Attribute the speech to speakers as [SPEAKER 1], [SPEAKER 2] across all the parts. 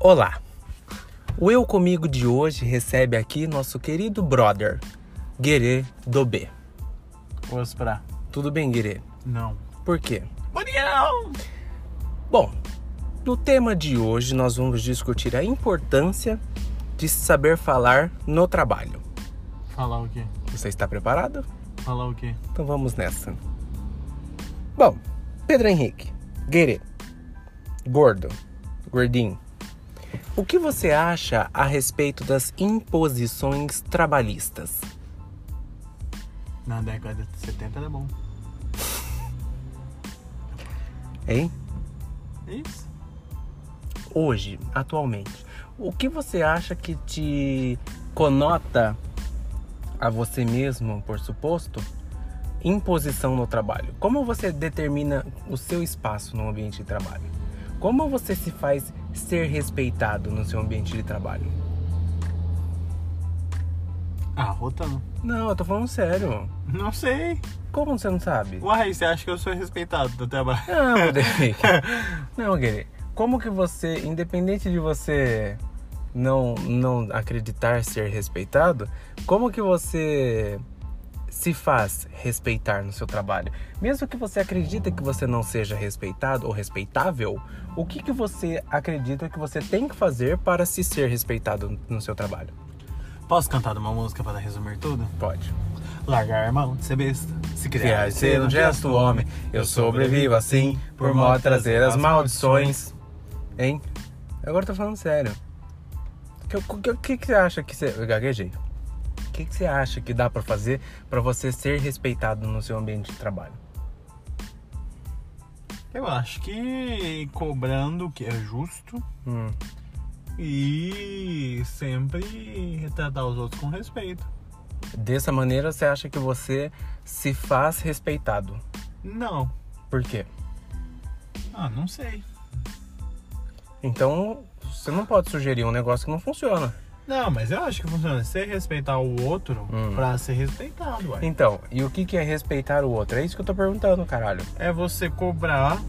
[SPEAKER 1] Olá! O Eu Comigo de hoje recebe aqui nosso querido brother, Guerê Dobê.
[SPEAKER 2] Os pra.
[SPEAKER 1] Tudo bem, Guerê?
[SPEAKER 2] Não.
[SPEAKER 1] Por quê?
[SPEAKER 2] Muriel!
[SPEAKER 1] Bom, no tema de hoje nós vamos discutir a importância de se saber falar no trabalho.
[SPEAKER 2] Falar o quê?
[SPEAKER 1] Você está preparado?
[SPEAKER 2] Falar o quê?
[SPEAKER 1] Então vamos nessa. Bom, Pedro Henrique, Guerê, gordo, gordinho. O que você acha a respeito das imposições trabalhistas?
[SPEAKER 2] Na década de 70 era bom.
[SPEAKER 1] Hein?
[SPEAKER 2] É Isso.
[SPEAKER 1] Hoje, atualmente, o que você acha que te conota a você mesmo, por suposto, imposição no trabalho? Como você determina o seu espaço no ambiente de trabalho? Como você se faz ser respeitado no seu ambiente de trabalho?
[SPEAKER 2] Ah, rotando.
[SPEAKER 1] Não, eu tô falando sério.
[SPEAKER 2] Não sei.
[SPEAKER 1] Como você não sabe?
[SPEAKER 2] Uai, você acha que eu sou respeitado do trabalho?
[SPEAKER 1] Não, Rodrigo. Não, Guilherme. Como que você, independente de você não, não acreditar ser respeitado, como que você se faz respeitar no seu trabalho? Mesmo que você acredita que você não seja respeitado ou respeitável, o que que você acredita que você tem que fazer para se ser respeitado no seu trabalho?
[SPEAKER 2] Posso cantar uma música para resumir tudo?
[SPEAKER 1] Pode.
[SPEAKER 2] Largar a mão de ser besta. Se
[SPEAKER 1] Criar ser um gesto, homem, eu sobrevivo assim, por mó trazer as maldições. Hein? Agora eu tô falando sério. O que, que, que você acha que você. Eu gaguejei. O que, que você acha que dá pra fazer pra você ser respeitado no seu ambiente de trabalho?
[SPEAKER 2] Eu acho que cobrando o que é justo
[SPEAKER 1] Hum,
[SPEAKER 2] e sempre tratar os outros com respeito.
[SPEAKER 1] Dessa maneira você acha que você se faz respeitado.
[SPEAKER 2] Não.
[SPEAKER 1] Por quê?
[SPEAKER 2] Ah, não sei.
[SPEAKER 1] Então você não pode sugerir um negócio que não funciona.
[SPEAKER 2] Não, mas eu acho que funciona. Você respeitar o outro
[SPEAKER 1] Hum.
[SPEAKER 2] pra ser respeitado, uai.
[SPEAKER 1] Então, e o que, que é respeitar o outro? É isso que eu tô perguntando, caralho.
[SPEAKER 2] É você cobrar,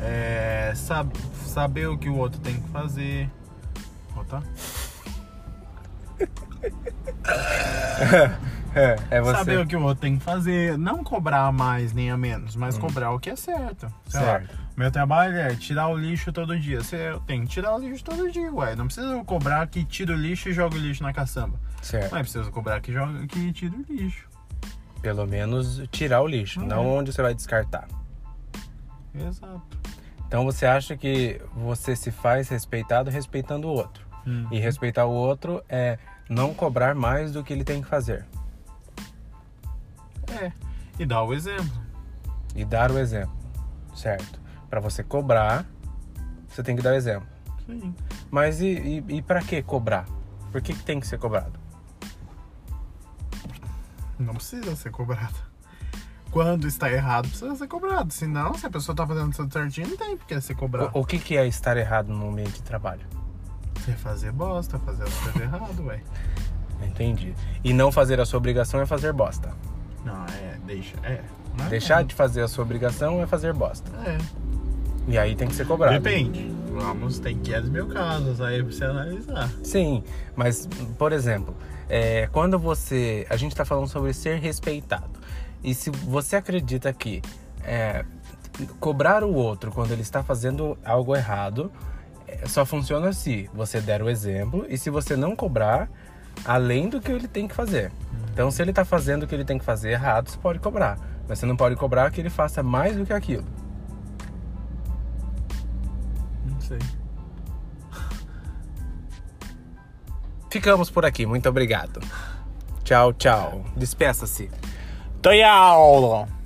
[SPEAKER 2] é, sab- saber o que o outro tem que fazer. Ó, tá?
[SPEAKER 1] É, é você.
[SPEAKER 2] Saber o que o outro tem que fazer. Não cobrar a mais nem a menos, mas cobrar o que é certo. Sei
[SPEAKER 1] Hum. Certo.
[SPEAKER 2] lá, meu trabalho é tirar o lixo todo dia. Você eu tenho que tirar o lixo todo dia, ué. Não precisa eu cobrar que tira o lixo e joga o lixo na caçamba.
[SPEAKER 1] Certo.
[SPEAKER 2] Mas precisa cobrar que, joga, que tira o lixo.
[SPEAKER 1] Pelo menos tirar o lixo,
[SPEAKER 2] Uhum.
[SPEAKER 1] não onde você vai descartar.
[SPEAKER 2] Exato.
[SPEAKER 1] Então você acha que você se faz respeitado respeitando o outro.
[SPEAKER 2] Hum.
[SPEAKER 1] E respeitar o outro é não cobrar mais do que ele tem que fazer.
[SPEAKER 2] É. E dá o exemplo.
[SPEAKER 1] E dar o exemplo. Certo? Pra você cobrar, você tem que dar o exemplo.
[SPEAKER 2] Sim.
[SPEAKER 1] Mas e, e, e para que cobrar? Por que, que tem que ser cobrado?
[SPEAKER 2] Não precisa ser cobrado. Quando está errado, precisa ser cobrado. Senão, se a pessoa tá fazendo tudo certinho, não tem porque ser cobrado.
[SPEAKER 1] O, o que, que é estar errado no ambiente de trabalho?
[SPEAKER 2] Você fazer bosta, fazer as coisas erradas, ué.
[SPEAKER 1] Entendi. E não fazer a sua obrigação é fazer bosta.
[SPEAKER 2] Não, é, deixa, é. Não é
[SPEAKER 1] Deixar
[SPEAKER 2] não.
[SPEAKER 1] de fazer a sua obrigação é fazer bosta.
[SPEAKER 2] É.
[SPEAKER 1] E aí tem que ser cobrado.
[SPEAKER 2] Depende. Vamos, tem 500 mil casos aí pra você analisar.
[SPEAKER 1] Sim, mas, por exemplo, é, quando você. A gente está falando sobre ser respeitado. E se você acredita que é, cobrar o outro quando ele está fazendo algo errado é, só funciona se você der o exemplo e se você não cobrar além do que ele tem que fazer. Então, se ele está fazendo o que ele tem que fazer errado, você pode cobrar. Mas você não pode cobrar que ele faça mais do que aquilo.
[SPEAKER 2] Não sei.
[SPEAKER 1] Ficamos por aqui. Muito obrigado. Tchau, tchau. Despeça-se.
[SPEAKER 2] Tô em aula.